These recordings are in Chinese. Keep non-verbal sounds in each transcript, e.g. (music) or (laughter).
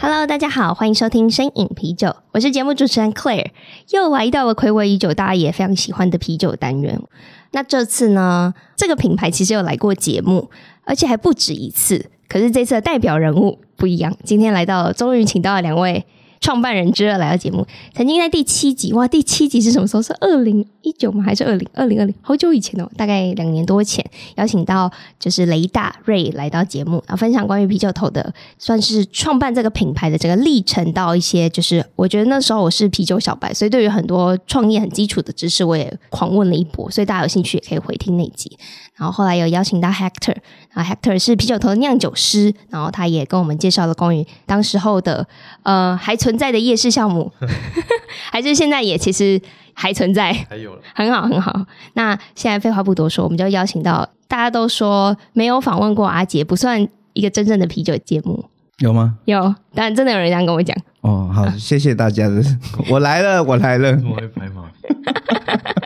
Hello，大家好，欢迎收听《深饮啤酒》，我是节目主持人 Claire，又来到了暌违已久，大家也非常喜欢的啤酒单元。那这次呢，这个品牌其实有来过节目，而且还不止一次。可是这次的代表人物不一样，今天来到了，终于请到了两位创办人之二来到节目。曾经在第七集，哇，第七集是什么时候？是二零一九吗？还是二零二零二零？好久以前哦，大概两年多前，邀请到就是雷大瑞来到节目，然后分享关于啤酒头的，算是创办这个品牌的整个历程，到一些就是我觉得那时候我是啤酒小白，所以对于很多创业很基础的知识，我也狂问了一波。所以大家有兴趣也可以回听那集。然后后来有邀请到 Hector，然后 Hector 是啤酒头的酿酒师，然后他也跟我们介绍了关于当时候的呃还存在的夜市项目，还是现在也其实还存在，还有了，很好，很好。那现在废话不多说，我们就邀请到大家都说没有访问过阿杰，不算一个真正的啤酒节目。有吗？有，但真的有人这样跟我讲，哦，好，谢谢大家的， (laughs) 我来了，我来了。我会拍马屁。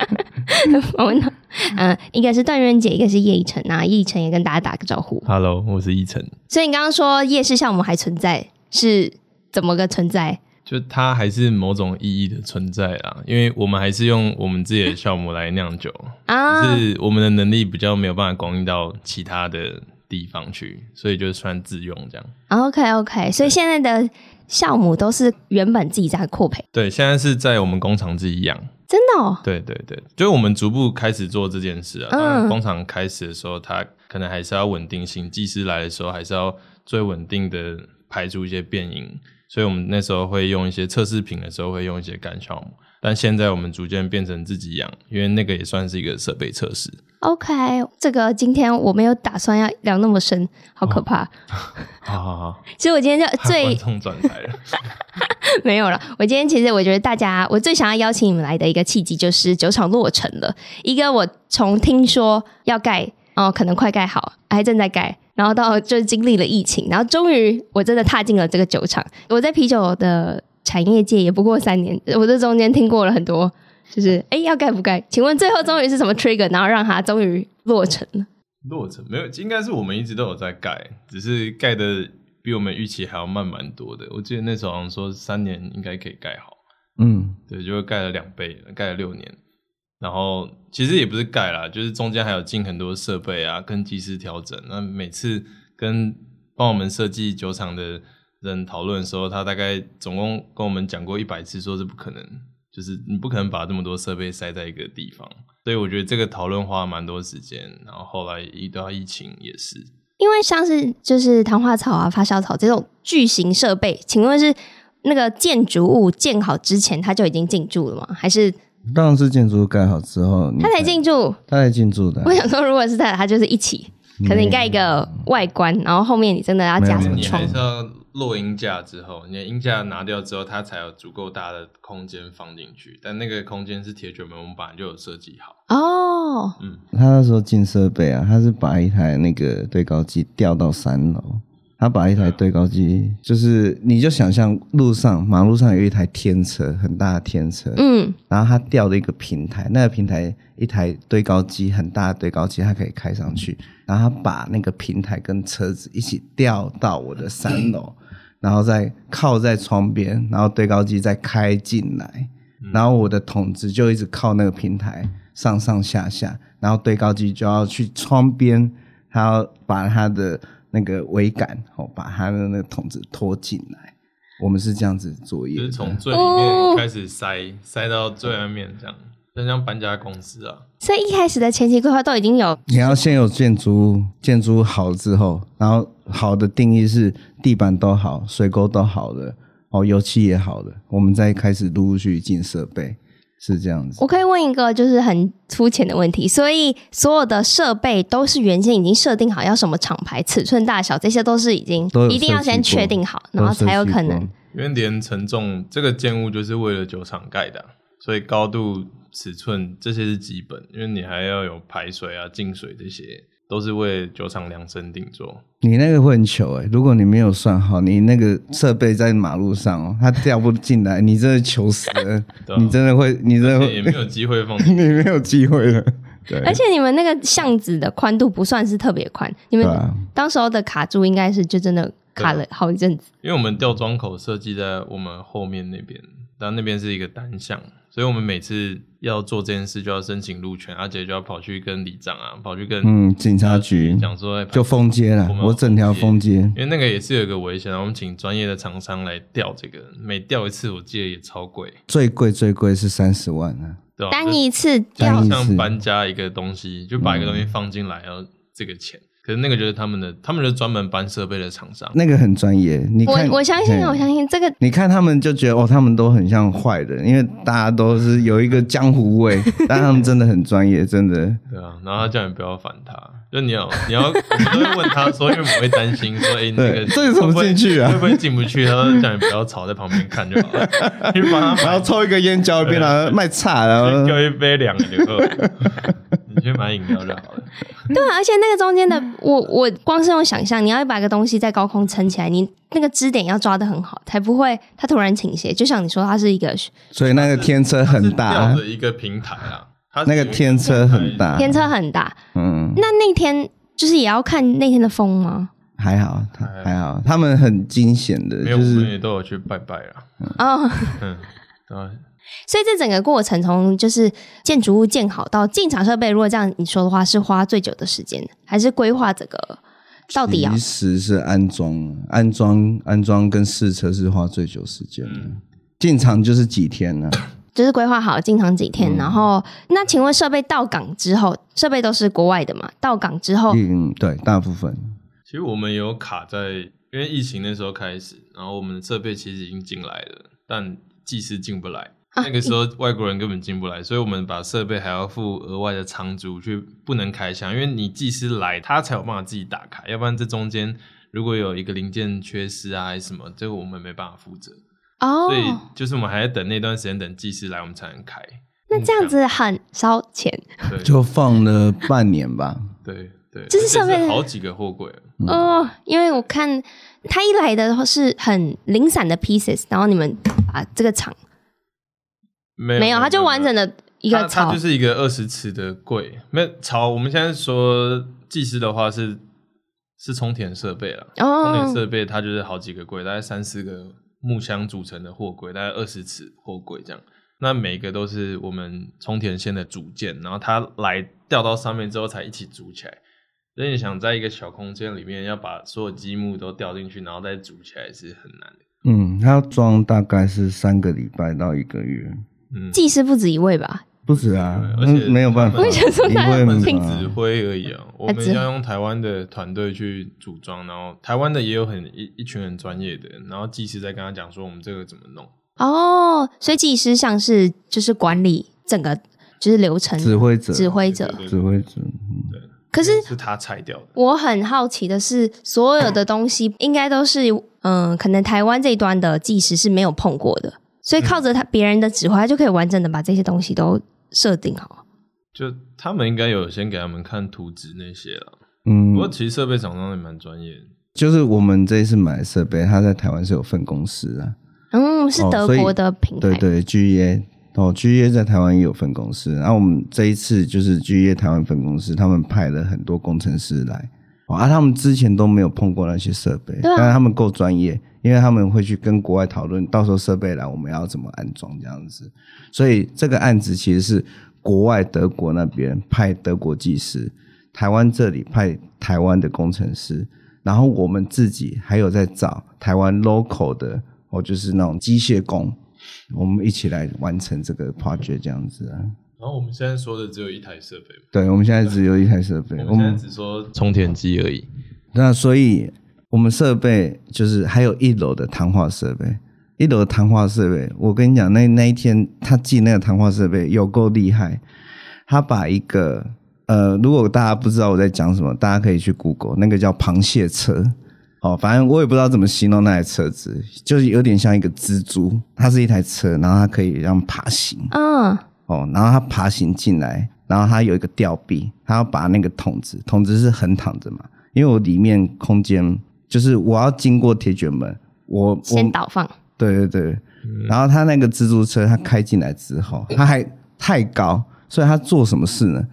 我问他，嗯、一个是段渊姐，一个是叶以晨啊，叶以晨也跟大家打个招呼。 (laughs) Hello，我是依晨。所以你刚刚说夜市项目还存在，是怎么个存在？就它还是某种意义的存在啦，因为我们还是用我们自己的酵母来酿酒，啊只是我们的能力比较没有办法供应到其他的地方去，所以就算自用这样。 ，OK OK，所以现在的项目都是原本自己在扩培，对，现在是在我们工厂自己养。真的哦，对对对，就是我们逐步开始做这件事啊。当嗯然，工厂开始的时候，它可能还是要稳定性，技师来的时候还是要最稳定的排除一些变因。所以我们那时候会用一些测试品的时候会用一些干酵母，但现在我们逐渐变成自己养，因为那个也算是一个设备测试。 OK，这个今天我没有打算要聊那么深，好可怕。好好好，其实我今天就观最众转台了， (laughs) 没有了。我今天其实我觉得大家，我最想要邀请你们来的一个契机就是酒厂落成了，一个我从听说要盖哦，可能快盖好，还正在盖。然后到就是经历了疫情，然后终于我真的踏进了这个酒厂。我在啤酒的产业界也不过三年，我这中间听过了很多，就是哎要盖不盖？请问最后终于是什么 trigger，然后让它终于落成了？落成没有？应该是我们一直都有在盖，只是盖的比我们预期还要慢蛮多的。我记得那时候好像说三年应该可以盖好。嗯，对，就盖了两倍，盖了六年。然后其实也不是盖啦，就是中间还有进很多设备啊，跟技师调整。那每次跟帮我们设计酒厂的人讨论的时候，他大概总共跟我们讲过一百次，说是不可能，就是你不可能把这么多设备塞在一个地方。所以我觉得这个讨论花了蛮多时间。然后后来遇到疫情也是，因为像是就是糖化草啊、发酵草这种巨型设备，请问是那个建筑物建好之前它就已经进驻了吗？还是当然是建筑物盖好之后，你它才，进驻？他才进驻的。我想说，如果是它，它就是一起，可能你盖一个外观，然后后面你真的要加嗯没什有么你窗还？是要落音架之后，你的音架拿掉之后，它才有足够大的空间放进去。但那个空间是铁卷门，我们本来就有设计好。哦，嗯，他那时候进设备啊，他是把一台那个对高机吊到三楼，他把一台对高机，就是你就想象路上马路上有一台天车，很大的天车，嗯，然后它吊了一个平台，那个平台一台堆高机，很大的堆高机，它可以开上去。然后它把那个平台跟车子一起吊到我的三楼，然后再靠在窗边，然后堆高机再开进来，嗯然后我的桶子就一直靠那个平台上上下下，然后堆高机就要去窗边，它要把它的那个桅杆哦，把它的那个桶子拖进来。我们是这样子作业就的，是从最里面开始塞，塞到最外面这样，就像搬家公司啊。所以一开始的前期规划都已经有你要先有建筑物，建筑物好了之后，然后好的定义是地板都好，水沟都好了，哦，油漆也好了，我们再开始陆陆续续进设备。是这样子我。可以问一个就是很粗浅的问题，所以所有的设备都是原先已经设定好要什么厂牌、尺寸大小，这些都是已经都有一定要先设计过确定好，然后才有可能。因为连承重这个建物就是为了酒厂盖的啊，所以高度、尺寸这些是基本，因为你还要有排水啊、进水这些，都是为酒厂量身定做。你那个会很糗哎、如果你没有算好，你那个设备在马路上哦，它掉不进来，你真的糗死了， (laughs) 对啊你真的会，你真的也没会，有机会放 (laughs) 你没有机会了。对，而且你们那个巷子的宽度不算是特别宽，你对们啊，当时候的卡住应该是就真的卡了好一阵子。因为我们吊装口设计在我们后面那边，但那边是一个单向，所以我们每次要做这件事就要申请路权，而且就要跑去跟里长啊，跑去跟嗯，警察局讲说哎就封街了我，们我整条封街因，为那个也是有一个危险，然后我们请专业的厂商来吊这个，每吊一次我记得也超贵，最贵最贵是三十万啊，对吧、啊？单一次就掉单好一像搬家一个东西，就把一个嗯东西放进来，然后这个钱。可是那个就是他们的，他们就是专门搬设备的厂商，那个很专业。你看，我我相信，啊嘿我相信这个你看他们就觉得哦，他们都很像坏人，因为大家都是有一个江湖味， (laughs) 但他们真的很专业，真的。对啊。然后他叫你不要烦他，就你要你要，我们都会问他说，因为我们会担心说，哎、那个对这个怎么会不会进去啊会不会进不去？他说叫你不要吵，在旁边看就好 (laughs) 了。你帮他然后啊买抽一个烟嚼一边，然后卖差，然 (laughs) 去后叫一杯凉的就好了，你去买饮料就好了。对啊，而且那个中间的，我我光是用想象，你要把一个东西在高空撑起来，你那个支点要抓的很好，才不会它突然倾斜。就像你说，它是一个所以那个天车很它大是吊，着一个平台啊，它是那个天车很大，天车很大，嗯，那那天就是也要看那天的风吗？还好，他还好，他们很惊险的，没有，就我们是也都有去拜拜啦。哦，嗯，对啊，所以这整个过程从就是建筑物建好到进场设备，如果这样你说的话，是花最久的时间，还是规划这个到底要其实是安装，安装安装跟试车是花最久时间的，进场就是几天啊呢、就是规划好进场几嗯天，然后那请问设备到港之后，设备都是国外的嘛？到港之后，嗯，对，大部分其实我们有卡在，因为疫情那时候开始，然后我们的设备其实已经进来了，但技师进不来。啊那个时候外国人根本进不来，所以我们把设备还要付额外的仓租，去不能开箱，因为你技师来他才有办法自己打卡，要不然这中间如果有一个零件缺失啊还是什么，这个我们没办法负责。哦所，以就是我们还在等那段时间，等技师来我们才能开。那嗯这样子很烧钱，对就放了半年吧。对对，就是而且上面好几个货柜，嗯哦，因为我看他一来的是很零散的 pieces，然后你们把这个厂没有没有，它就完整的的一个它槽它就，是一个二十尺的柜，没有槽。我们现在说技师的话是是充填设备了，充填哦，设备它就是好几个柜，大概三四个木箱组成的货柜，大概二十尺货柜这样。那每个都是我们充填线的组件，然后它来吊到上面之后才一起组起来。所以你想在一个小空间里面要把所有积木都吊进去，然后再组起来是很难的。嗯，他要装大概是三个礼拜到一个月，嗯，技师不止一位吧？不止啊，对而且嗯没有办法，我也想说因他为本身品指挥而已啊，我啊们指要用台湾的团队去组装，然后台湾的也有很一一群很专业的人，然后技师在跟他讲说我们这个怎么弄，哦，所以技师像是就是管理整个就是流程指挥者，指挥者对，对对指挥者，可是是他拆掉的，我很好奇的是，所有的东西应该都是，嗯，可能台湾这一端的技师是没有碰过的，所以靠嗯着他别人的指挥，他就可以完整的把这些东西都设定好。就他们应该有先给他们看图纸那些了。嗯不，过其实设备厂商也蛮专业的，就是我们这一次买的设备，它在台湾是有分公司啊，嗯，是哦德所以国的品牌，对对，GEA 哦，GEA 在台湾也有分公司。啊然后我们这一次就是 GEA 台湾分公司，他们派了很多工程师来，哦、啊，他们之前都没有碰过那些设备，对啊但是他们够专业，因为他们会去跟国外讨论，到时候设备来我们要怎么安装这样子。所以这个案子其实是国外德国那边派德国技师，台湾这里派台湾的工程师，然后我们自己还有在找台湾 local 的哦，就是那种机械工，我们一起来完成这个 project 这样子啊。然后我们现在说的只有一台设备嘛，对，我们现在只有一台设备，哎我们现在只说嗯充填机而已。那所以我们设备就是还有一楼的谈话设备，一楼的谈话设备，我跟你讲，那那一天他寄那个谈话设备有够厉害，他把一个呃，如果大家不知道我在讲什么，大家可以去 Google，那个叫螃蟹车。哦，反正我也不知道怎么形容那台车子，就是有点像一个蜘蛛，它是一台车，然后它可以让爬行。嗯，哦，然后他爬行进来，然后他有一个吊臂，他要把那个筒子，筒子是横躺着嘛，因为我里面空间就是我要经过铁卷门，我先我倒放，对对对，然后他那个蜘蛛车，他开进来之后，他还太高，所以他做什么事呢？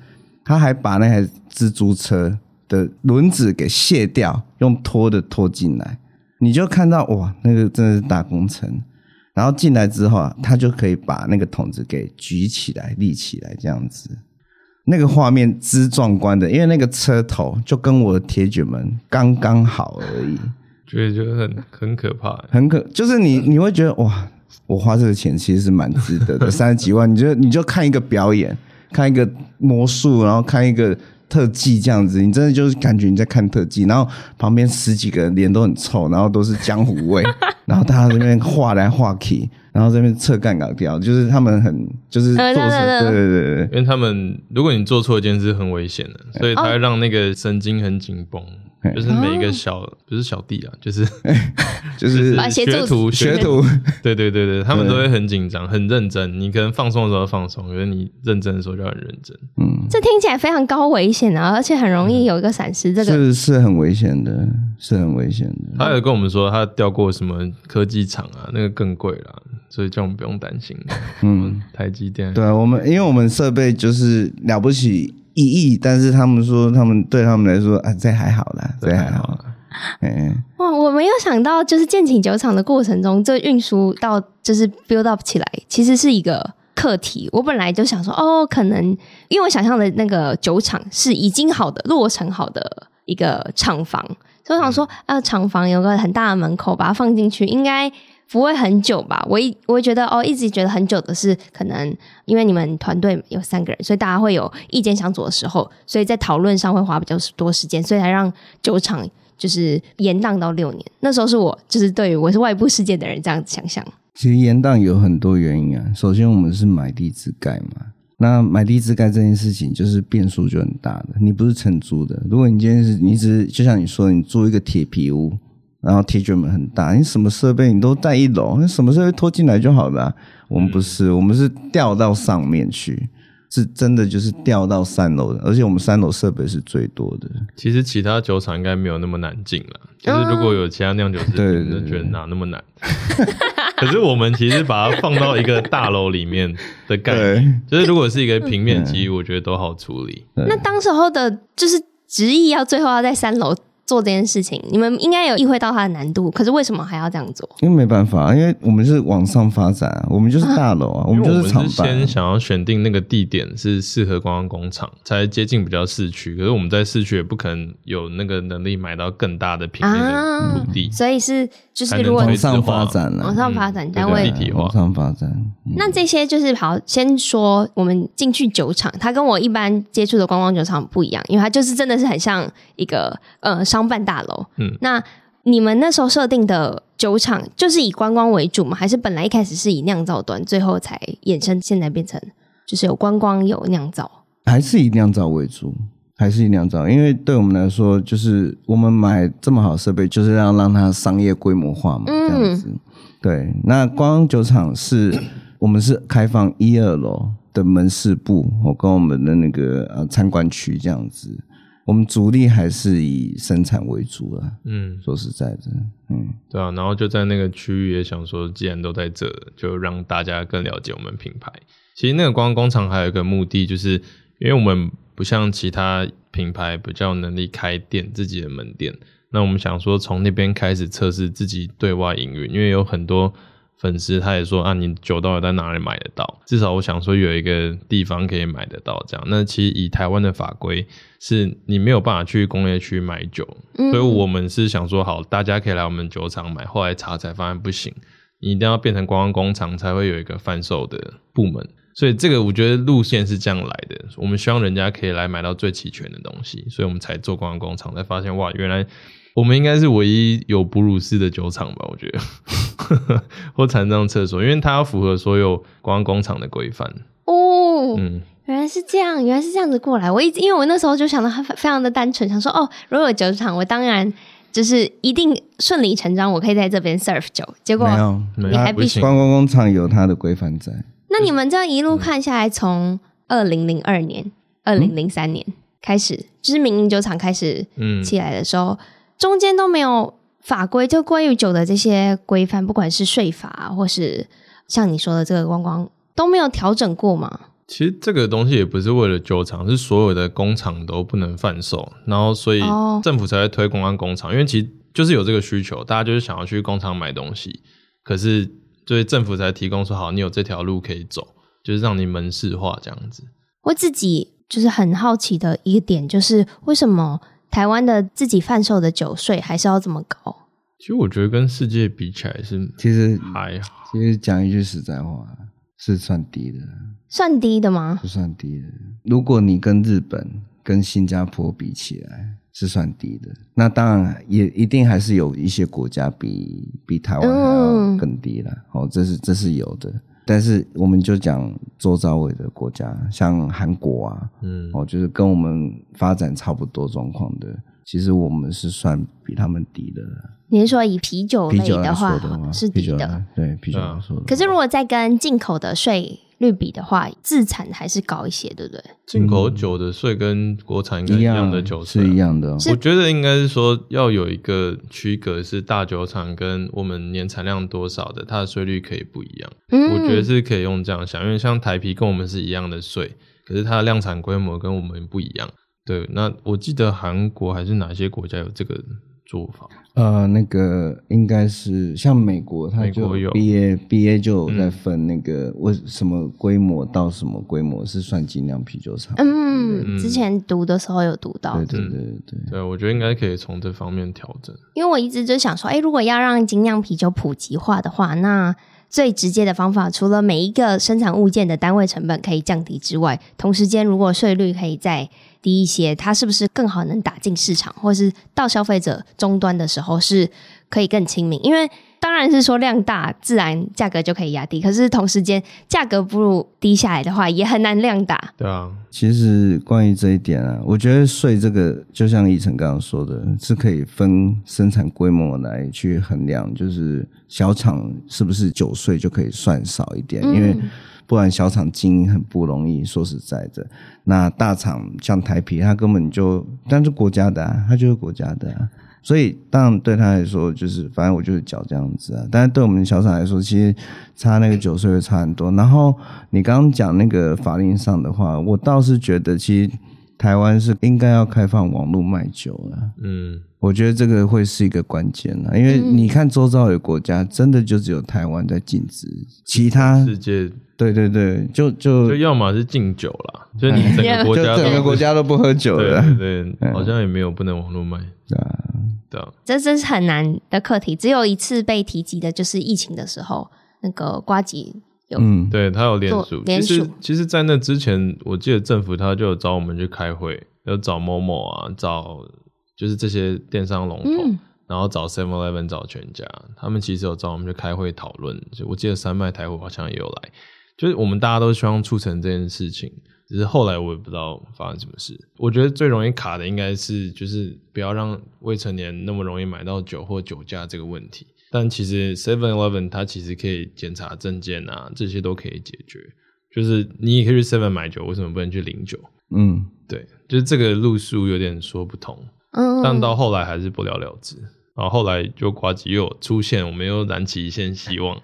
他还把那台蜘蛛车的轮子给卸掉，用拖的拖进来，你就看到哇，那个真的是大工程。然后进来之后啊，他就可以把那个桶子给举起来、立起来这样子。那个画面之壮观的，因为那个车头就跟我的铁卷门刚刚好而已。觉得就很很可怕欸。很可，就是你你会觉得哇，我花这个钱其实是蛮值得 (laughs) 的，三十几万，你就你就看一个表演，看一个魔术，然后看一个特技这样子，你真的就是感觉你在看特技，然后旁边十几个人脸都很臭，然后都是江湖 (laughs) 味，然后大家这边画来画去，然后这边侧干搞掉，就是他们很就是做呃什对对对对对对因为他们，如果你做错一件事，很危险的，所以他会让那个神经很紧绷，嗯就是每一个小不是小弟啊，就是就是把鞋学子徒学，徒，对对对对，他们都会很紧张，很认真。你可能放松的时候放松，可是你认真的时候就要很认真。嗯，这听起来非常高危险啊，而且很容易有一个闪失。这个是是很危险的，是很危险的。他有跟我们说，他调过什么科技厂啊，那个更贵啦，所以叫我们不用担心。嗯，台积电，对啊，我们因为我们设备就是了不起一亿，但是他们说他们对他们来说啊，这还好啦，这还好啦，嗯，哇，我没有想到，就是建请酒厂的过程中，这运输到就是 build up 起来，其实是一个课题。我本来就想说，哦，可能因为我想象的那个酒厂是已经好的、落成好的一个厂房，所以我想说，啊，厂房有个很大的门口，把它放进去，应该不会很久吧？我一我会觉得，哦，一直觉得很久的是，可能因为你们团队有三个人，所以大家会有意见相左的时候，所以在讨论上会花比较多时间，所以才让酒厂就是延宕到六年。那时候是我就是对于我是外部世界的人这样想象，其实延宕有很多原因啊。首先，我们是买地自盖嘛，那买地自盖这件事情就是变数就很大的。你不是承租的，如果你今天是你只是就像你说的，你租一个铁皮屋，然后铁卷门很大，你什么设备你都在一楼，那什么设备拖进来就好了啊、我们不嗯是，我们是吊到上面去。是真的就是吊到三楼的，而且我们三楼设备是最多的。其实其他酒厂应该没有那么难进啦。就是如果有其他酿酒师，啊对对你就对觉得哪那么难？ (laughs) 可是我们其实把它放到一个大楼里面 (laughs) 的概念，对，嗯就是如果是一个平面机，我觉得都好处理。 (laughs) 那当时候的就是执意要最后要在三楼做这件事情，你们应该有意会到它的难度，可是为什么还要这样做？因为没办法，啊因为我们是往上发展啊，我们就是大楼啊，我因们为我就是厂们办先啊。想要选定那个地点是适合观光工厂，才接近比较市区。可是我们在市区也不可能有那个能力买到更大的平面的土地。所以是就是还能如果推往进上发展了、往上发展单对位立体化往上发展。嗯那这些就是好，先说我们进去酒厂，它跟我一般接触的观光酒厂不一样，因为它就是真的是很像一个呃商办大楼。嗯，那你们那时候设定的酒厂就是以观光为主吗？还是本来一开始是以酿造端，最后才衍生现在变成就是有观光有酿造？还是以酿造为主，还是以酿造，因为对我们来说，就是我们买这么好的设备，就是要让它商业规模化嘛，嗯这样子。对，那光酒厂是 (coughs) 我们是开放一二楼的门市部，我跟我们的那个呃参观区这样子。我们主力还是以生产为主啊，嗯，说实在的，嗯，对啊，然后就在那个区域也想说，既然都在这，就让大家更了解我们品牌。其实那个观光工厂还有一个目的，就是因为我们不像其他品牌比较有能力开店自己的门店，那我们想说从那边开始测试自己对外营运，因为有很多粉丝他也说啊，你酒到底在哪里买得到？至少我想说有一个地方可以买得到这样。那其实以台湾的法规，是你没有办法去工业区买酒，嗯所以我们是想说好，大家可以来我们酒厂买，后来查才发现不行，你一定要变成观光工厂才会有一个贩售的部门。所以这个我觉得路线是这样来的，我们希望人家可以来买到最齐全的东西，所以我们才做观光工厂，才发现哇，原来我们应该是唯一有哺乳室的酒厂吧？我觉得， (laughs) 或残障厕所，因为它要符合所有观光工厂的规范。哦，嗯，原来是这样，原来是这样子过来。我一直因为我那时候就想到他非非常的单纯，想说哦，如果有酒厂，我当然就是一定顺理成章，我可以在这边 serve 酒。结果没，有，没你还有必不行。观光工厂有它的规范在。那你们这样一嗯路看下来，从二零零二年、二零零三年开始，就是民营酒厂开始嗯，起来的时候，中间都没有法规，就关于酒的这些规范，不管是税法啊或是像你说的这个观光，都没有调整过嘛。其实这个东西也不是为了酒厂，是所有的工厂都不能贩售，然后所以哦政府才会推公安工厂，因为其实就是有这个需求，大家就是想要去工厂买东西，可是所以政府才提供说好，你有这条路可以走，就是让你门市化这样子。我自己就是很好奇的一个点，就是为什么台湾的自己贩售的酒税还是要这么高？其实我觉得跟世界比起来是其实，还好，其实讲一句实在话，是算低的，算低的吗？不算低的。如果你跟日本、跟新加坡比起来，是算低的。那当然也一定还是有一些国家比比台湾还要更低啦。哦，这是这是有的。但是我们就讲周遭围的国家，像韩国啊，嗯，哦，就是跟我们发展差不多状况的，其实我们是算比他们低的啦。你是说以啤酒啤类酒来话说的话，是啤低酒的来，对啤酒对啊来说的话。可是如果再跟进口的税率比的话，自产还是高一些，对不对？进口酒的税跟国产应该一样的酒税啊嗯是一样的哦、是我觉得应该是说要有一个区隔，是大酒厂跟我们年产量多少的，它的税率可以不一样。嗯我觉得是可以用这样想，因为像台啤跟我们是一样的税，可是它的量产规模跟我们不一样。对，那我记得韩国还是哪些国家有这个做法？呃，那个应该是像美国，它美就国有 BA BA 就有在分那个为什么规模到什么规模是算精酿啤酒厂。嗯，之前读的时候有读到对，对嗯对对对，对，啊我觉得应该可以从这方面调整。因为我一直就想说，哎、如果要让精酿啤酒普及化的话，那最直接的方法，除了每一个生产物件的单位成本可以降低之外，同时间如果税率可以再低一些，它是不是更好能打进市场，或是到消费者终端的时候是可以更亲民？因为当然是说量大，自然价格就可以压低，可是同时间价格不如低下来的话，也很难量大。对啊，其实关于这一点啊，我觉得税这个就像以晨刚刚说的，是可以分生产规模来去衡量，就是小厂是不是酒税就可以算少一点，因为不然小厂经营很不容易。说实在的，那大厂像台啤，它根本就，但是国家的、啊，它就是国家的、啊。所以，当然对他来说，就是反正我就是缴这样子啊。但是对我们小厂来说，其实差那个酒税会差很多。然后你刚刚讲那个法令上的话，我倒是觉得，其实台湾是应该要开放网络卖酒了。嗯，我觉得这个会是一个关键啊，因为你看周遭有国家，真的就只有台湾在禁止，其他世界对对对，就就就要么是禁酒啦，就是你整个嗯就国家都整个国家都不嗯喝酒对了，对对，好像也没有不能网络卖。对啊对啊，这真是很难的课题。只有一次被提及的，就是疫情的时候，那个瓜吉有嗯，对他有联做署，联其实署其实，在那之前，我记得政府他就有找我们去开会，要找某某啊，找就是这些电商龙头，嗯然后找 Seven Eleven，找全家，他们其实有找我们去开会讨论。就我记得三麦台虎好像也有来，就是我们大家都希望促成这件事情。只是后来我也不知道发生什么事。我觉得最容易卡的应该是，就是不要让未成年那么容易买到酒或酒驾这个问题。但其实 Seven Eleven 它其实可以检查证件啊，这些都可以解决。就是你也可以去 Seven 买酒，为什么不能去领酒？嗯。对，就是这个路数有点说不通。嗯，但到后来还是不了了之。然后后来就瓜吉又有出现，我们又燃起一线希望，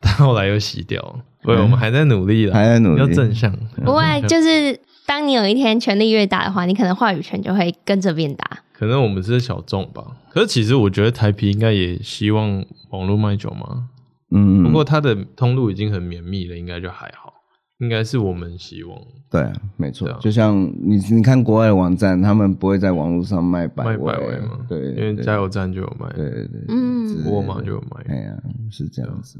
但后来又熄掉了。对，我们还在努力啦，嗯还在努力嗯要正向。不过就是当你有一天权力越大的话，你可能话语权就会跟着变大。 (laughs) 可能我们是小众吧，可是其实我觉得台啤应该也希望网络卖酒嘛，嗯，不过它的通路已经很绵密了，应该就还好。应该是我们希望对啊，没错对啊，就像你你看国外的网站，他们不会在网络上卖百卖味百威嘛，对，因为对加油站就有卖，对对对，嗯，沃尔玛就有卖哎。呀，是这样子，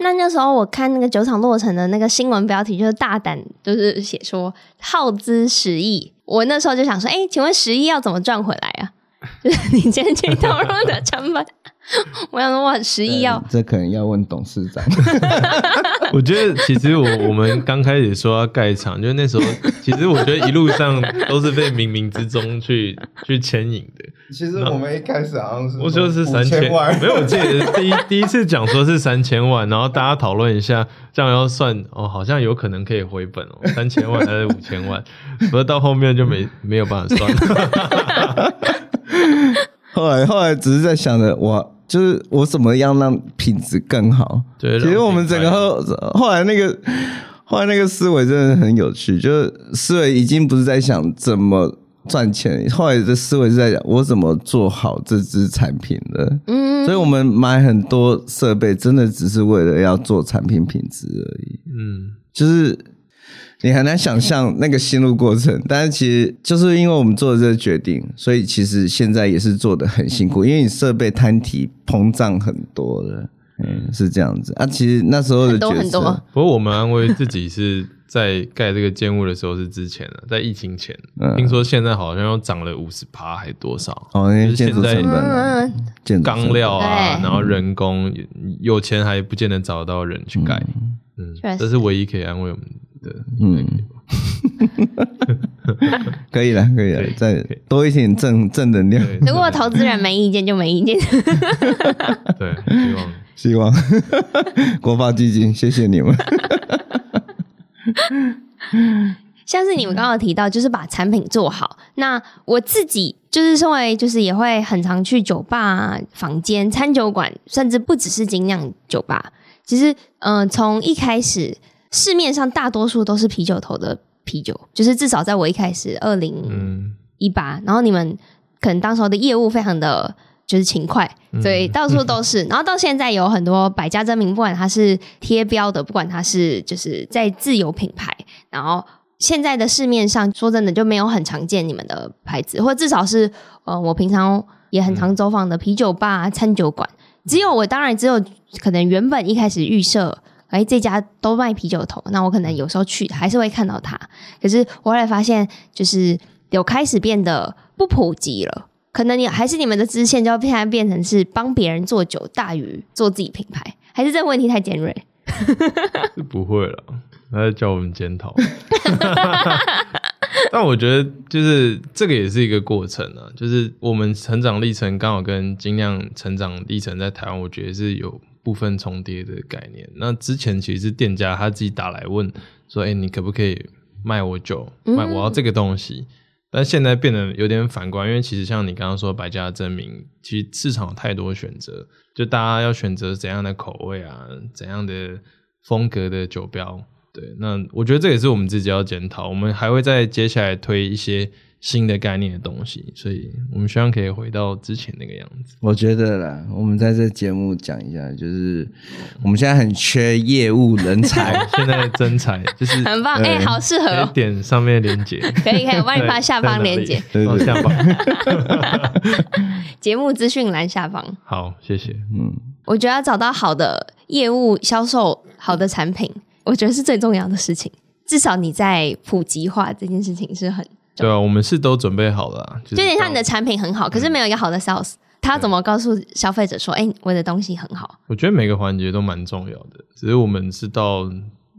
那那时候我看那个酒厂落成的那个新闻标题，就是大胆就是写说耗资十亿。我那时候就想说，哎、请问十亿要怎么赚回来啊？ (laughs) 就是你今天去透露的成本， (laughs) 我想说我很十亿哦要这可能要问董事长。我觉得其实我我们刚开始说要盖厂，就是那时候，其实我觉得一路上都是被冥冥之中去去牵引的。 (laughs) 其实我们一开始好像是我就是三嗯千万，没有，我记得第一第一次讲说是三千万，然后大家讨论一下，这样要算哦，好像有可能可以回本 (laughs) 哦，三千万还是五千万，不过到后面就没没有办法算了。后来后来只是在想着我。就是我怎么样让品质更好？对其实我们整个后后来那个后来那个思维真的很有趣，就是思维已经不是在想怎么赚钱，后来的思维是在讲我怎么做好这支产品的。嗯所以我们买很多设备，真的只是为了要做产品品质而已。嗯，就是你很难想象那个心路过程，但是其实就是因为我们做了这个决定，所以其实现在也是做的很辛苦，因为你设备摊体膨胀很多了，嗯，是这样子啊。其实那时候的很多决很多策，不过我们安慰自己是在盖这个建物的时候是之前了，在疫情前，嗯听说现在好像又涨了五十趴还多少？哦，因为建筑就是现在成本啊，嗯，建筑成本钢料啊，对然后人工，有钱还不见得找得到人去盖。嗯确，实这是唯一可以安慰我们的。嗯，可以了，可以了可以，再可以多一点正正能量，对，如果投资人没意见就没意见，对，希望希望 (laughs) 国发基金，谢谢你们。像是你们刚刚有提到，就是把产品做好。那我自己就是身为，就是也会很常去酒吧、房间、餐酒馆，甚至不只是精酿酒吧。其实，嗯、从一开始市面上大多数都是啤酒头的啤酒，就是至少在我一开始二零嗯，一八，然后你们可能当时候的业务非常的。就是勤快，所以到处都是。然后到现在有很多百家争鸣，不管它是贴标的，不管它是就是在自有品牌，然后现在的市面上，说真的就没有很常见你们的牌子，或至少是呃，我平常也很常走访的啤酒吧、餐酒馆，只有我当然只有可能原本一开始预设。哎，这家都卖啤酒头，那我可能有时候去还是会看到它。可是我后来发现，就是有开始变得不普及了，可能你还是你们的支线就要现在变成是帮别人做酒大于做自己品牌，还是这个问题太尖锐？是不会了，他在叫我们检讨。 (laughs) 但我觉得就是这个也是一个过程啊，就是我们成长历程刚好跟精酿成长历程在台湾，我觉得是有部分重叠的概念。那之前其实是店家他自己打来问说：“哎、你可不可以卖我酒？卖我要这个东西。但现在变得有点反观，因为其实像你刚刚说百家争鸣，其实市场有太多选择，就大家要选择怎样的口味啊，怎样的风格的酒标。对，那我觉得这也是我们自己要检讨，我们还会在接下来推一些新的概念的东西，所以我们希望可以回到之前那个样 (laughs) 子。，(laughs) 我觉得啦，我们在这节目讲一下，就是我们现在很缺业务人才 (laughs) 现在真才就是很棒，哎、好适合、可以哦，点上面的 (laughs) 连接，可以可以，我帮你发对下哎 (laughs) 在方哪里链接。对哦对下方。 (laughs) 节目资讯栏下方。好，谢谢。嗯，我觉得要找到好的业务销售、好的产品，我觉得是最重要的事情。至少你在普及化这件事情是很，对啊，我们是都准备好了啊，就就有点像你的到。产品很好，可是没有一个好的 sales，他要怎么告诉消费者说：“哎、我的东西很好我觉得每个环节都蛮重要的，只是我们是到，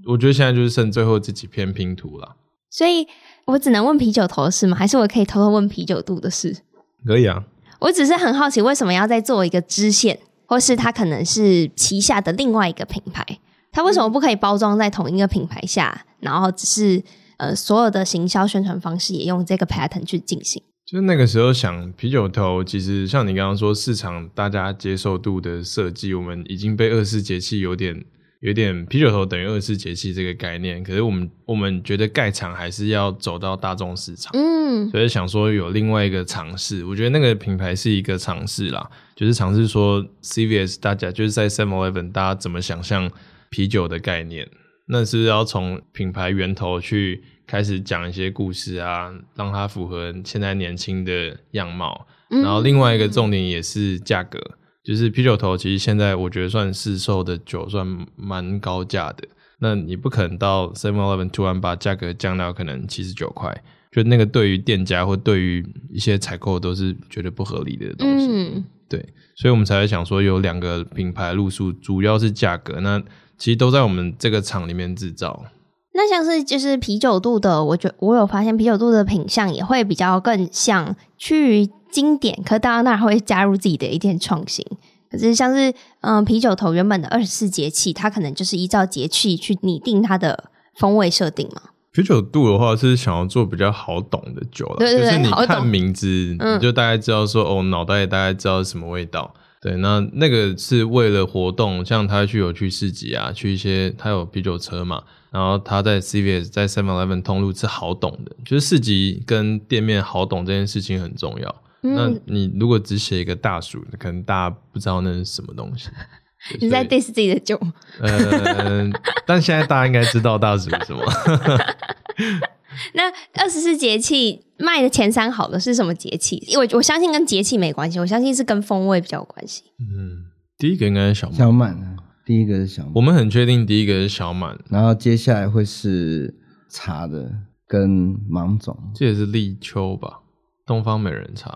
我觉得现在就是剩最后这几篇拼图啦。？”所以我只能问啤酒头的事吗？还是我可以偷偷问啤酒肚的事？可以啊，我只是很好奇，为什么要再做一个支线，或是它可能是旗下的另外一个品牌，它为什么不可以包装在同一个品牌下，然后只是呃所有的行销宣传方式也用这个 pattern 去进行？就是那个时候想啤酒头，其实像你刚刚说市场大家接受度的设计，我们已经被二十四节气有点有点啤酒头等于二十四节气这个概念，可是我们我们觉得盖厂还是要走到大众市场。嗯，所以想说有另外一个尝试，我觉得那个品牌是一个尝试啦，就是尝试说 CVS 大家就是在 Seven Eleven 大家怎么想象啤酒的概念，那是不是要从品牌源头去开始讲一些故事啊，让它符合现在年轻的样貌。嗯然后另外一个重点也是价格，就是啤酒头其实现在我觉得算市售的酒算蛮高价的，那你不可能到 Seven Eleven 突然把价格降到可能七十九块。就那个对于店家或对于一些采购都是觉得不合理的东西。嗯，对，所以我们才会想说有两个品牌路数，主要是价格，那其实都在我们这个厂里面制造。那像是就是啤酒肚的，我觉我有发现啤酒肚的品相也会比较更像趋于经典，可当然那儿会加入自己的一点创新。可是像是嗯啤酒头原本的二十四节气，它可能就是依照节气去拟定它的风味设定嘛。啤酒度的话是想要做比较好懂的酒啦，对对对就是你好懂看名字嗯你就大概知道说哦，脑袋里大概知道是什么味道。对，那那个是为了活动，像他去有去市集啊，去一些他有啤酒车嘛，然后他在 CVS 在 Seven Eleven 通路是好懂的，就是市集跟店面好懂这件事情很重要。那嗯，你如果只写一个大暑，可能大家不知道那是什么东西。对 (laughs) 你在所以 diss 自己的酒吗， (laughs) 呃，但现在大家应该知道大暑是什么。那二十四节气卖的前三好的是什么节气？我我相信跟节气没关系，我相信是跟风味比较有关系。嗯，第一个应该是小满，小满啊，第一个是小我满，们很确定第一个是小满，然后接下来会是茶的跟芒种、这也是立秋吧，东方美人茶，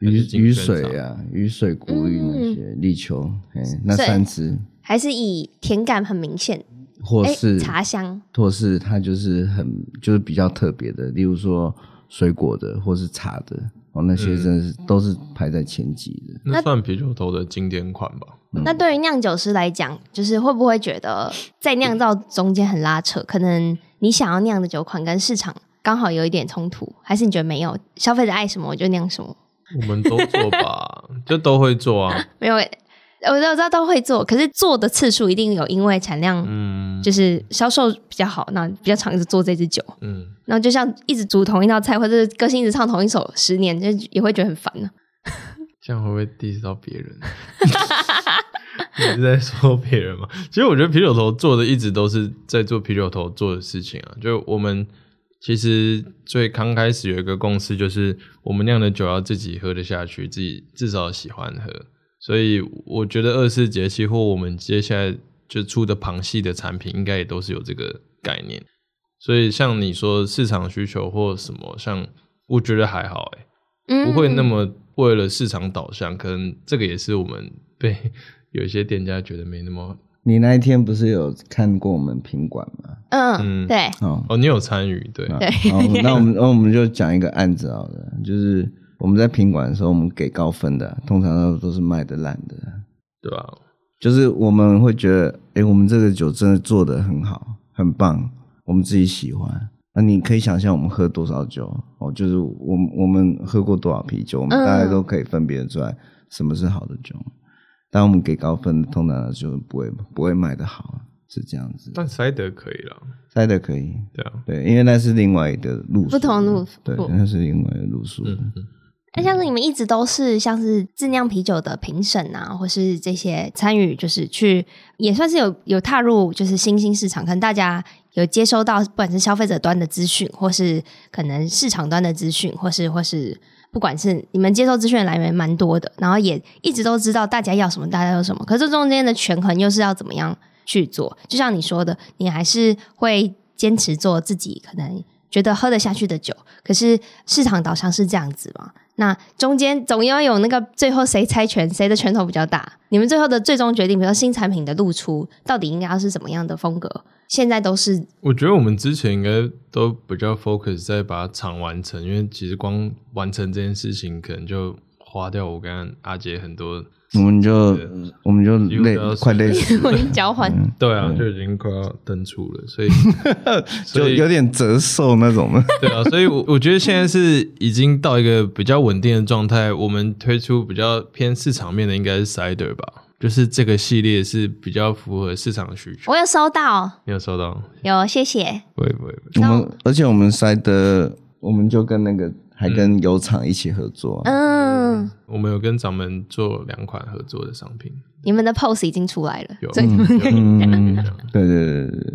还雨是金雨萱水茶，啊、雨水、谷雨那些、立秋，哎，那嗯所以三支，还是以甜感很明显，或哎、是茶香，或是它就是很就是比较特别的，例如说水果的或是茶的哦，那些真的嗯是、都是排在前几的。那算啤酒头的经典款吧。那对于酿酒师来讲，就是会不会觉得在酿造中间很拉扯？可能你想要酿的酒款跟市场刚好有一点冲突，还是你觉得没有？消费者爱什么我就酿什么，我们都做吧， (laughs) 就都会做啊。没有。我知道我知道都会做，可是做的次数一定有因为产量嗯就是销售比较好，那比较常一直做这支酒，嗯，然后就像一直煮同一道菜，或者是歌星一直唱同一首十年，就也会觉得很烦呢、这样会不会 diss 到别人？ (laughs) 你是在说别人吗？其实我觉得啤酒头做的一直都是在做啤酒头做的事情啊。就我们其实最刚开始有一个共识，就是我们酿的酒要自己喝得下去，自己至少喜欢喝。所以我觉得二十四节气或我们接下来就出的旁系的产品，应该也都是有这个概念。所以像你说市场需求或什么，像我觉得还好、欸，嗯，不会那么为了市场导向，可能这个也是我们被 (laughs) 有一些店家觉得没那么你那一天不是有看过我们品管吗？嗯，嗯对，哦，哦，你有参与对，那对啊好那我们那我们就讲一个案子好了，就是我们在品管的时候，我们给高分的，通常都都是卖的烂的，对啊吧？就是我们会觉得，哎，我们这个酒真的做的很好，很棒，我们自己喜欢。那你可以想象我们喝多少酒哦，就是我们我们喝过多少啤酒，我们嗯大概都可以分别出来什么是好的酒。但我们给高分，通常就是不会不会卖的好，是这样子。但塞德可以了，猜的可以，对啊，对，因为那是另外的路数，不同路对哦路，那是另外的路数。嗯，嗯那像是你们一直都是像是自酿啤酒的评审啊，或是这些参与，就是去也算是有有踏入就是新兴市场，可能大家有接收到不管是消费者端的资讯，或是可能市场端的资讯，或是或是不管是你们接收资讯的来源蛮多的，然后也一直都知道大家要什么，大家要什么，可是这中间的权衡又是要怎么样去做？就像你说的，你还是会坚持做自己可能觉得喝得下去的酒，可是市场导向是这样子嘛？那中间总要有那个最后谁猜拳，谁的拳头比较大。你们最后的最终决定，比如说新产品的露出，到底应该要是怎么样的风格？现在都是 (laughs) 我觉得我们之前应该都比较 focus 在把厂完成，因为其实光完成这件事情，可能就花掉我跟阿杰很多，我们就我们就累几乎都要，快累死了，我们交换，对啊，就已经快要登出了，所以就所以有点折寿那 (laughs) 种的。对啊，所以我我觉得现在是已经到一个比较稳定的状态。我们推出比较偏市场面的应该是 Cider 吧，就是这个系列是比较符合市场需求。我有收到，你有收到？有谢谢。不会不会，不会我那们而且我们塞的，我们就跟那个还跟嗯油厂一起合作，啊嗯，我们有跟掌门做两款合作的商品，你们的 pose 已经出来了，有所以有嗯有有对对对对对，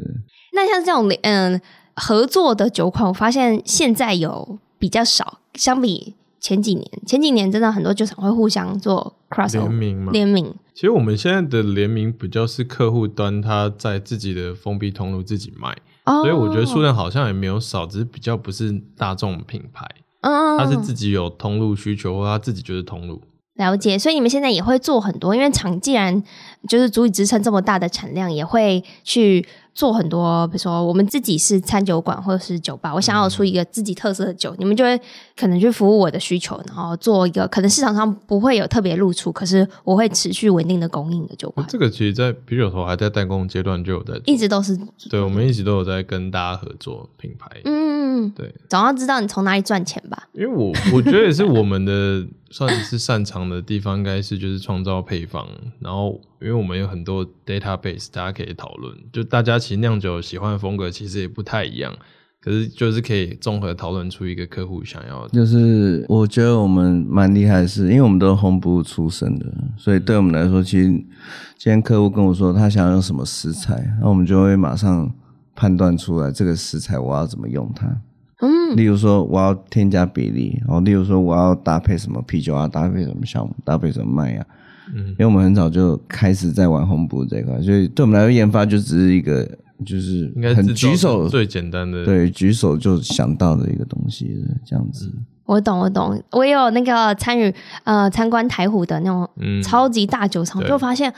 那像这种嗯合作的酒款，我发现现在有比较少，相比前几年，前几年真的很多酒厂会互相做 cross 联 over 名嘛。联名，其实我们现在的联名比较是客户端他在自己的封闭通路自己卖，哦，所以我觉得数量好像也没有少，只是比较不是大众品牌，嗯，嗯，它是嗯自己有通路需求，或它自己就是通路。了解，所以你们现在也会做很多，因为厂既然就是足以支撑这么大的产量，也会去做很多，比如说我们自己是餐酒馆或者是酒吧，我想要有出一个自己特色的酒，你们就会可能去服务我的需求，然后做一个可能市场上不会有特别露出，可是我会持续稳定的供应的酒款，这个其实，在啤酒头还在代工阶段就有在做，一直都是对我们一直都有在跟大家合作品牌。嗯，对，总要知道你从哪里赚钱吧？因为我我觉得也是我们的算是擅长的地方，应该是就是创造配方。然后，因为我们有很多 database，大家可以讨论。就大家其实酿酒喜欢的风格其实也不太一样，可是就是可以综合讨论出一个客户想要的。就是我觉得我们蛮厉害的是，因为我们都是烘焙出身的，所以对我们来说，其实今天客户跟我说他想要用什么食材，那我们就会马上判断出来这个食材我要怎么用它。嗯，例如说我要添加比例，然后例如说我要搭配什么啤酒啊，搭配什么酵母，搭配什么麦啊，嗯因，为我们很早就开始在玩烘焙这一块，所以对我们来说研发就只是一个就是应该很制造举是手最简单的。对举手就想到的一个东西这样子。我懂，我懂，我也有那个参与呃参观台虎的那种嗯，超级大酒厂，对就发现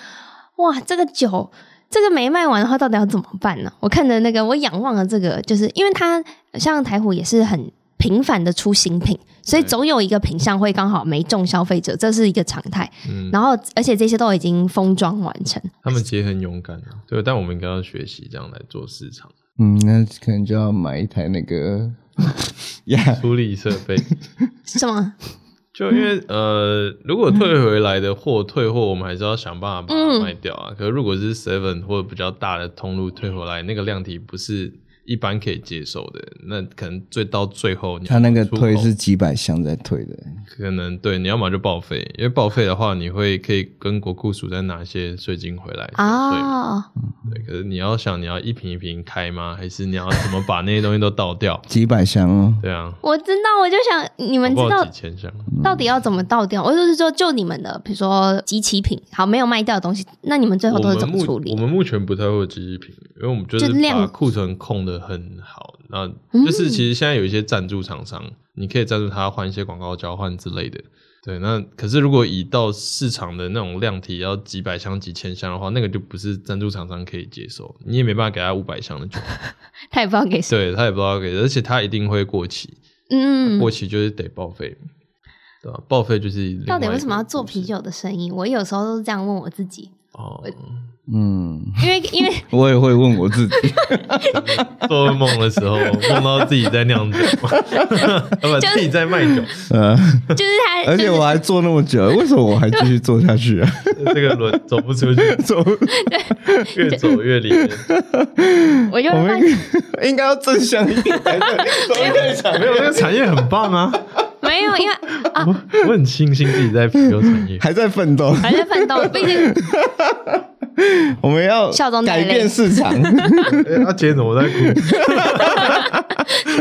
哇，这个酒这个没卖完的话，到底要怎么办呢？我看着那个，我仰望了这个，就是因为它像台虎也是很频繁的出新品，所以对总有一个品相会刚好没中消费者，这是一个常态。嗯，然后，而且这些都已经封装完成，他们其实很勇敢啊，对，但我们应该要学习这样来做市场嗯，那可能就要买一台那个 (laughs) (laughs) 呀，处理设备。是 (laughs) 吗？就因嗯为呃，如果退回来的货退货，我们还是要想办法把它嗯卖掉啊。可是如果是 seven 或者比较大的通路退回来，那个量体不是一般可以接受的，那可能最到最后你他那个出口推是几百箱在推的，？可能对，你要么就报废，因为报废的话，你会可以跟国库署再拿一些税金回来对嘛啊，对，可是你要想你要一瓶一瓶开吗？还是你要怎么把那些东西都倒掉 (laughs) 几百箱哦。对啊，我知道，我就想你们知搞不好道几嗯千箱。到底要怎么倒掉？我就是说，就你们的，比如说集齐品，好没有卖掉的东西，那你们最后我都是们怎么目处理我？们目前不太会有机器品，因为我们就就是量把库存控的很好。那嗯就是其实现在有一些赞助厂商，你可以赞助他换一些广告交换之类的。对，那可是如果以到市场的那种量体要几百箱、几千箱的话，那个就不是赞助厂商可以接受，你也没办法给他五百箱的酒，他也不知道给谁。 (laughs) 对他也不知道给，而且他一定会过期，嗯，过期就是得报废，对吧、报废就是另到底外为一什个么要做故事啤？酒的生意？我有时候都是这样问我自己，哦，嗯，因为 (laughs) 因为我也会问我自己，做梦的时候梦到自己在酿酒， (laughs) 不，自己在卖酒， (laughs) 呃，就是他，而且我还做那么久，为什么我还继续做下去啊？ (laughs) 这个轮走不出去，走，越走越里面。我就我会发们现应该要正向一点才对，怎么可以 (laughs) 想没有这个产业很棒啊，没有，因为我我很庆幸自己在啤酒产 (laughs) 业。还在奋 (laughs) 斗？还在奋斗，毕竟我们要笑中带改泪变市 (laughs) 场，那哎今天怎么在哭？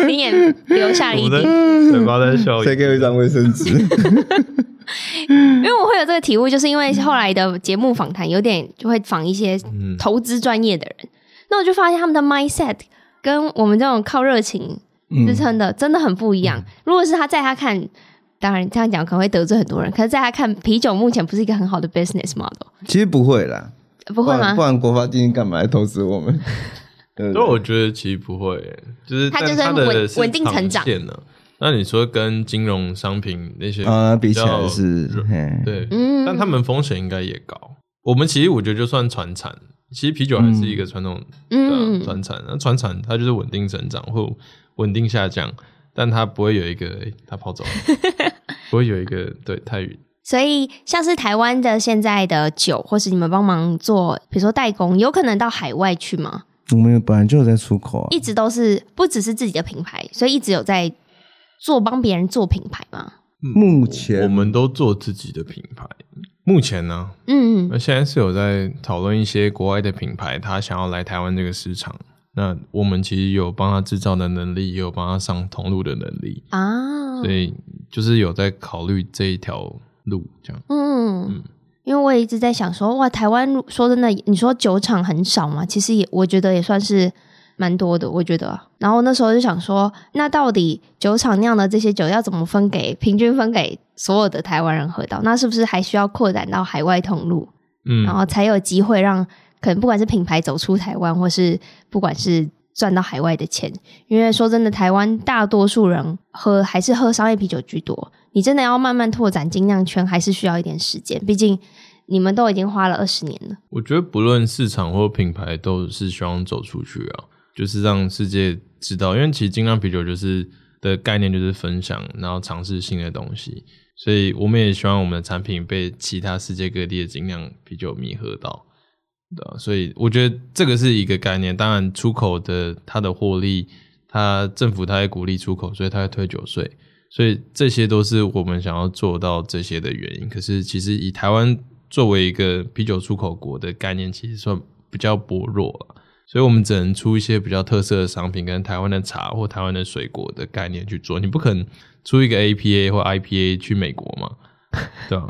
你也留下了一我在点。嘴巴在笑。谁给我一张卫生纸？因为我会有这个体悟，就是因为后来的节目访谈有点就会访一些嗯投资专业的人，那我就发现他们的 mindset 跟我们这种靠热情嗯支撑的真的很不一样。如果是他在他看。当然，这样讲可能会得罪很多人。可是，在他看啤酒目前不是一个很好的 business model， (laughs) 其实不会啦，不会不然吗不？然国发基金干嘛来投资我 (laughs) 们？对所不对以我觉得其实不会耶，就是它就是但它稳的是稳定成长长线呢。那你说跟金融商品那些啊，比起较来是嘿对，嗯但他们风险应该也高。我们其实我觉得就算传产，其实啤酒还嗯是一个传统对啊，嗯，船产，那船产它就是稳定成长或稳定下降，但它不会有一个，诶它跑走了，不会有一个对太远。所以像是台湾的现在的酒，或是你们帮忙做，比如说代工，有可能到海外去吗？我们本来就有在出口啊一直都是不只是自己的品牌，所以一直有在做帮别人做品牌嘛。目嗯我前们都做自己的品牌，目前呢，嗯那现在是有在讨论一些国外的品牌，他想要来台湾这个市场。那我们其实有帮他制造的能力，也有帮他上通路的能力，啊，所以就是有在考虑这一条路这样。嗯，因为我也一直在想说，哇，台湾说真的，你说酒厂很少嘛，其实也我觉得也算是蛮多的，我觉得。然后那时候就想说，那到底酒厂酿的这些酒要怎么分给平均分给所有的台湾人喝到？那是不是还需要扩展到海外通路，嗯然后才有机会让可能不管是品牌走出台湾，或是不管是赚到海外的钱？因为说真的，台湾大多数人喝还是喝商业啤酒居多。你真的要慢慢拓展精酿圈，还是需要一点时间。毕竟你们都已经花了二十年了。我觉得不论市场或品牌，都是希望走出去啊，就是让世界知道。因为其实精酿啤酒就是的概念就是分享，然后尝试新的东西，所以我们也希望我们的产品被其他世界各地的精酿啤酒迷喝到。对啊、所以我觉得这个是一个概念。当然，出口的它的获利，它政府它在鼓励出口，所以它在推酒税。所以这些都是我们想要做到这些的原因。可是其实以台湾作为一个啤酒出口国的概念，其实算比较薄弱了。所以我们只能出一些比较特色的商品，跟台湾的茶或台湾的水果的概念去做。你不可能出一个 APA 或 IPA 去美国嘛？对啊，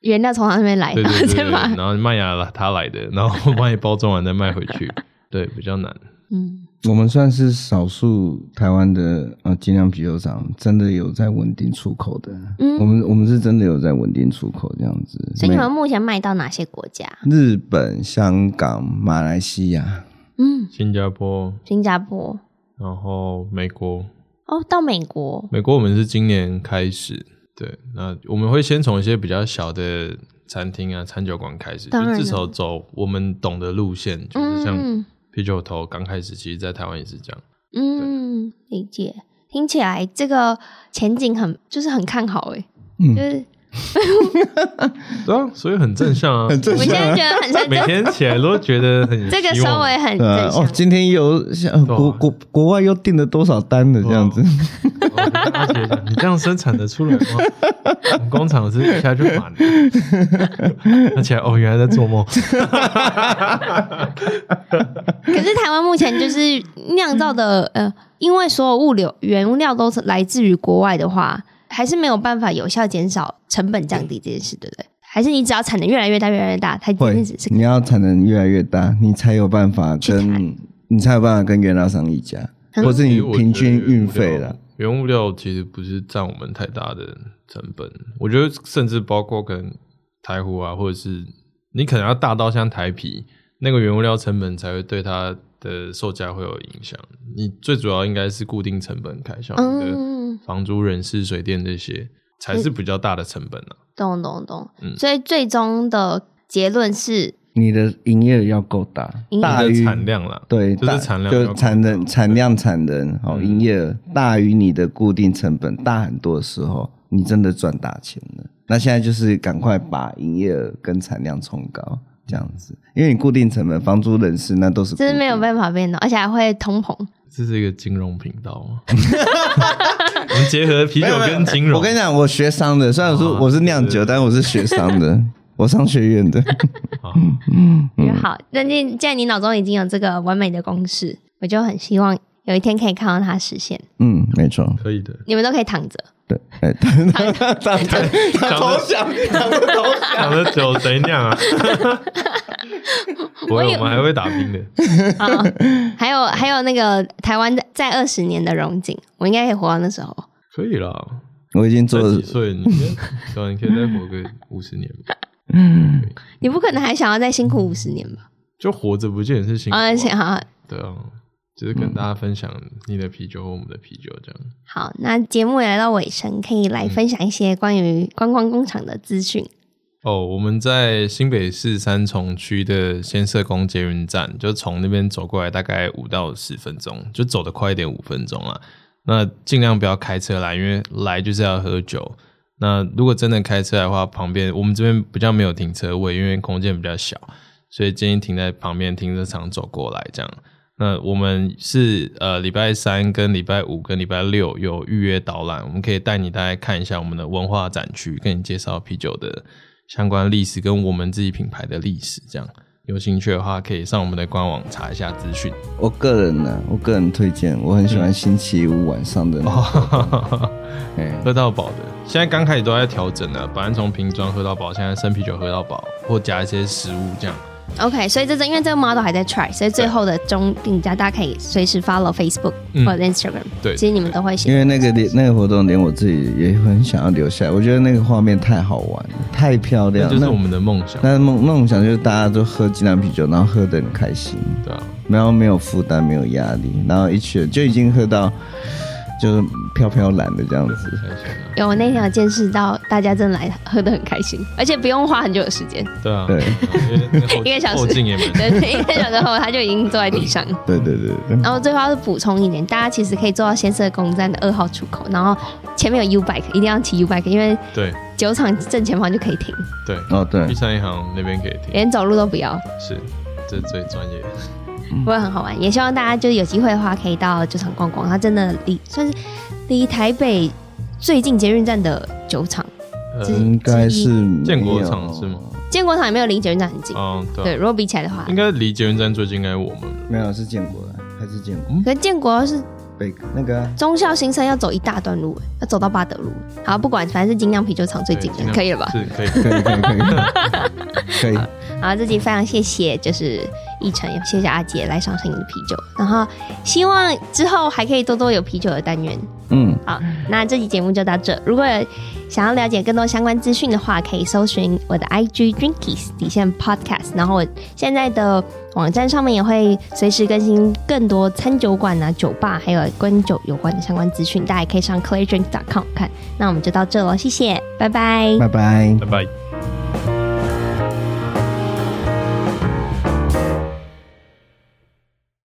原料哎从他那边来的，对对对对再把然后麦芽他来的，然后帮你包装完再卖回去，对，比较难。嗯，我们算是少数台湾的呃精酿啤酒厂，真的有在稳定出口的。嗯我们我们是真的有在稳定出口这样子。所以你美们目前卖到哪些国家？日本、香港、马来西亚，嗯，新加坡，新加坡然后美国，哦，到美国，美国我们是今年开始，对，那我们会先从一些比较小的餐厅啊、餐酒馆开始，当就然了至少走我们懂的路线，就是像啤酒头刚开始，其实在台湾也是这样。嗯，理解。听起来这个前景很，就是很看好哎、嗯就是对啊，所以很正向啊，啊很正我向现在觉得很 (laughs) 像每这天起来都觉得很这个希望稍微很呃正向哦，，今天有像呃对啊啊国国国外又订了多少单的这样子，我跟大姐哦讲，你这样生产得出 (laughs) 来吗？我们工厂是一下就满了，而且哦，原来在做梦。可是台湾目前就是酿造的，嗯呃，因为所有物流原料都是来自于国外的话，还是没有办法有效减少成本降低这件事，对不对？还是你只要产能越来越大，越来越大，它这 (laughs) 会件事是你要产能越来越大，你才有办法去跟你才有办法跟原料商议价，嗯或是其你实我觉得平均运费了。原物料其实不是占我们太大的成本，我觉得甚至包括可能台湖啊，或者是你可能要大到像台皮那个原物料成本才会对它的售价会有影响。你最主要应该是固定成本开销，你的嗯，房租、人事、水电这些才是比较大的成本啊。懂懂懂。嗯所以最终的结论是，你的营业额要够大营，业大你的于产量啦，对，就是大产量要就够嗯产能、产量、产能，好、营业额大于你的固定成本大很多的时候，你真的赚大钱了。那现在就是赶快把营业额跟产量冲高，这样子，因为你固定成本、房租、人事那都是固这定是没有办法变动，而且还会通膨。嗯这是一个金融频道吗？ (laughs) 我们结合啤酒跟金融，啊我跟你讲，我学商的，虽然说我是酿酒，但我是学 (laughs) 商的，我商学院的。 (laughs) 好也好，那既既然你脑中已经有这个完美的公式，我就很希望有一天可以看到它实现。嗯，(laughs) 没错，可以的。你们都可以躺着，对，哎，他他他他投降，他投降。讲的酒谁酿啊？不我会，以我们还会打拼的。啊，还有还有那个台湾在二十年的荣景，我应该可以活到那时候。可以啦，我已经做才了几岁？你应该对啊，你可以再活个五十年吧。你不可能还想要再辛苦五十年吧？就活着不见得是辛苦啊，啊，行好对啊，就是跟大家分享你的啤酒和我们的啤酒这样。好，那节目也来到尾声，可以嗯来分享一些关于观光工厂的资讯。哦，我们在新北市三重区的先社宫捷运站，就从那边走过来大概五到十分钟，就走得快一点五分钟啦。那尽量不要开车来，因为来就是要喝酒。那如果真的开车来的话，旁边我们这边比较没有停车位，因为空间比较小，所以建议停在旁边停车场走过来这样。那我们是呃礼拜三跟礼拜五跟礼拜六有预约导览，我们可以带你大概看一下我们的文化展区，跟你介绍啤酒的相关历史跟我们自己品牌的历史。这样有兴趣的话，可以上我们的官网查一下资讯。我个人呢、我个人推荐，我很喜欢星期五晚上嗯的那哦个，哎、 (laughs) 喝到饱的，现在刚开始都在调整呢、本来从瓶装喝到饱，现在生啤酒喝到饱，或加一些食物这样。 OK，所以这是因为这个 model 还在 try，所以最后的终定价大家可以随时 follow Facebook 嗯或者 Instagram，、对其实你们都会写因。为那个 (laughs) 连那个活动，连我自己也很想要留下来。我觉得那个画面太好玩了，太漂那亮。就是啊那我们的梦想，那梦梦想就是大家都喝精酿啤酒，然后喝得很开心，对啊，然后没有负担，没有压力，然后一群人就已经喝到就是飘飘然的这样子。开心啊，有我那天有见识到大家真的来喝的很开心，而且不用花很久的时间，对啊，对 (laughs) 因为那后一个小时后劲也蛮 (laughs) 对，一个小时后他就已经坐在地上了。对对对对，然后最后要是补充一点，大家其实可以坐到先社公站的二号出口，然后前面有 U bike，一定要骑 U bike，因为对酒厂正前方就可以停，对，哦对玉，山银行那边可以听，连走路都不要，是这最专业的，不会很好玩。也希望大家就是有机会的话，可以到酒厂逛逛，它真的离算是离台北最近捷运站的酒厂，呃，应该是没有建国厂是吗？建国厂也没有离捷运站很近。嗯，对哦对，啊，如果比起来的话应，该离捷运站最近应该我们，没有是建国的，还是建国可是建国是北那个啊忠孝新生要走一大段路，要走到八德路。好，不管，反正是精酿啤酒厂最近对尽的，量可以了吧？是可以，可以可以可以 (laughs) 可以，然后这集非常谢谢，就是一晨，也谢谢阿杰来上声音的啤酒，然后希望之后还可以多多有啤酒的单元。嗯，好，那这期节目就到这。如果想要了解更多相关资讯的话，可以搜寻我的 IG Drinkies 底线 Podcast。然后我现在的网站上面也会随时更新更多餐酒馆啊、酒吧，还有跟酒有关的相关资讯，大家也可以上 claydrink.com 看。那我们就到这了，谢谢，拜拜拜拜。拜拜。